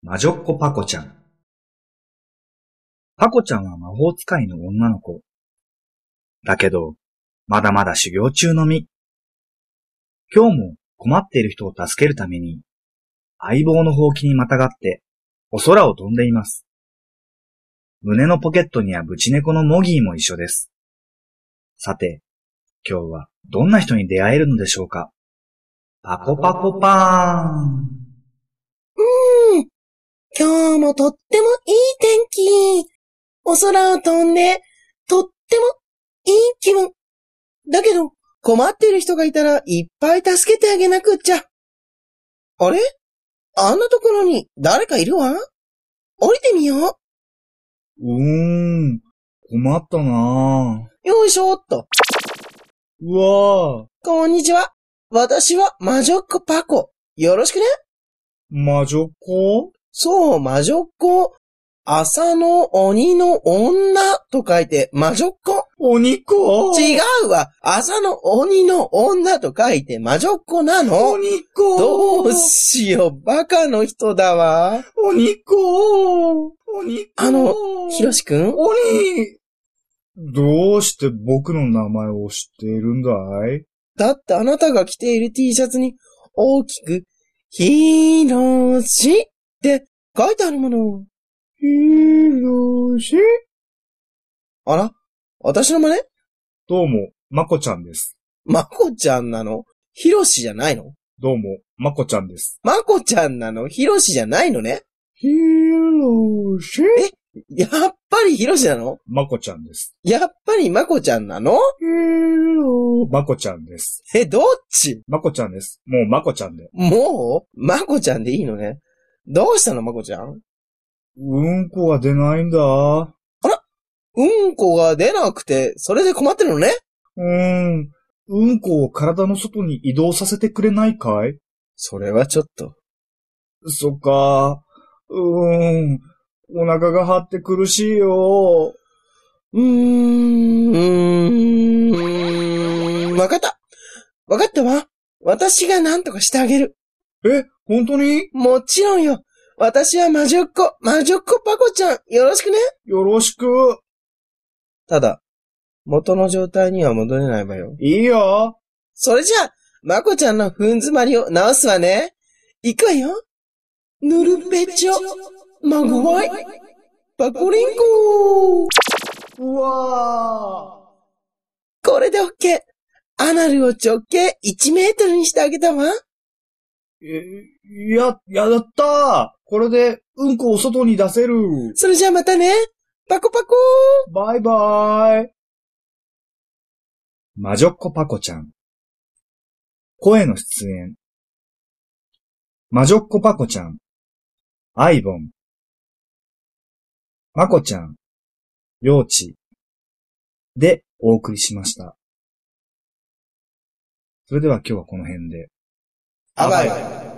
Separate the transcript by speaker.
Speaker 1: 魔女っ子パコちゃん。パコちゃんは魔法使いの女の子。だけど、まだまだ修行中の身。今日も困っている人を助けるために、相棒のほうきにまたがって、お空を飛んでいます。胸のポケットにはブチ猫のモギーも一緒です。さて、今日はどんな人に出会えるのでしょうかパコパコパーン
Speaker 2: うん。今日もとってもいい天気。お空を飛んで、とってもいい気分。だけど、困っている人がいたらいっぱい助けてあげなくっちゃ。あれあんなところに誰かいるわ。降りてみよ
Speaker 1: うーん、困ったなぁ。
Speaker 2: う。よいしょっと。
Speaker 1: うわぁ、
Speaker 2: こんにちは。私は魔女っ子パコ。よろしくね。
Speaker 1: 魔女っ子
Speaker 2: そう、魔女っ子。朝の鬼の女と書いて魔女っ子。
Speaker 1: 鬼っ子
Speaker 2: 違うわ朝の鬼の女と書いて魔女っ子なの
Speaker 1: 鬼っ子
Speaker 2: どうしよう、バカの人だわ。
Speaker 1: 鬼っ子鬼っ子
Speaker 2: あの、ひろしくん
Speaker 1: 鬼どうして僕の名前を知っているんだい
Speaker 2: だってあなたが着ている T シャツに大きく、ひろしって書いてあるもの。
Speaker 1: ひろし
Speaker 2: あら私の真似
Speaker 1: どうも、まこちゃんです。
Speaker 2: まこちゃんなのひろしじゃないの
Speaker 1: どうも、まこちゃんです。
Speaker 2: まこちゃんなのひろしじゃないのね
Speaker 1: ひろし
Speaker 2: やっぱりひろしなの
Speaker 1: まこちゃんです。
Speaker 2: やっぱりまこちゃんなの
Speaker 1: ひろまこちゃんです。
Speaker 2: え、どっち
Speaker 1: まこちゃんです。もうまこちゃんで。
Speaker 2: もうまこちゃんでいいのね。どうしたのまこちゃん
Speaker 1: うんこは出ないんだ。う
Speaker 2: うんこが出なくて、それで困ってるのね
Speaker 1: ん。うんこを体の外に移動させてくれないかい
Speaker 2: それはちょっと。
Speaker 1: そっか。うーん。お腹が張って苦しいよ。
Speaker 2: うーん、うーん、わかった。わかったわ。私が何とかしてあげる。
Speaker 1: え、本当に
Speaker 2: もちろんよ。私は魔女っ子、魔女っ子パコちゃん、よろしくね。
Speaker 1: よろしく。
Speaker 2: ただ、元の状態には戻れないわよ。
Speaker 1: いいよ。
Speaker 2: それじゃあ、まこちゃんのふん詰まりを直すわね。行くわよ。ぬるべちょ、まぐわい、パコリンコ
Speaker 1: うわ
Speaker 2: これでオッケー。アナルを直径1メートルにしてあげたわ。
Speaker 1: ー。え、や、やったーこれで、うんこを外に出せる。
Speaker 2: それじゃあまたね。パコパコ
Speaker 1: バイバーイ。魔女っ子パコちゃん。声の出演。魔女っ子パコちゃん。アイボン。まこちゃん。幼稚。で、お送りしました。それでは今日はこの辺で。
Speaker 2: あばよ。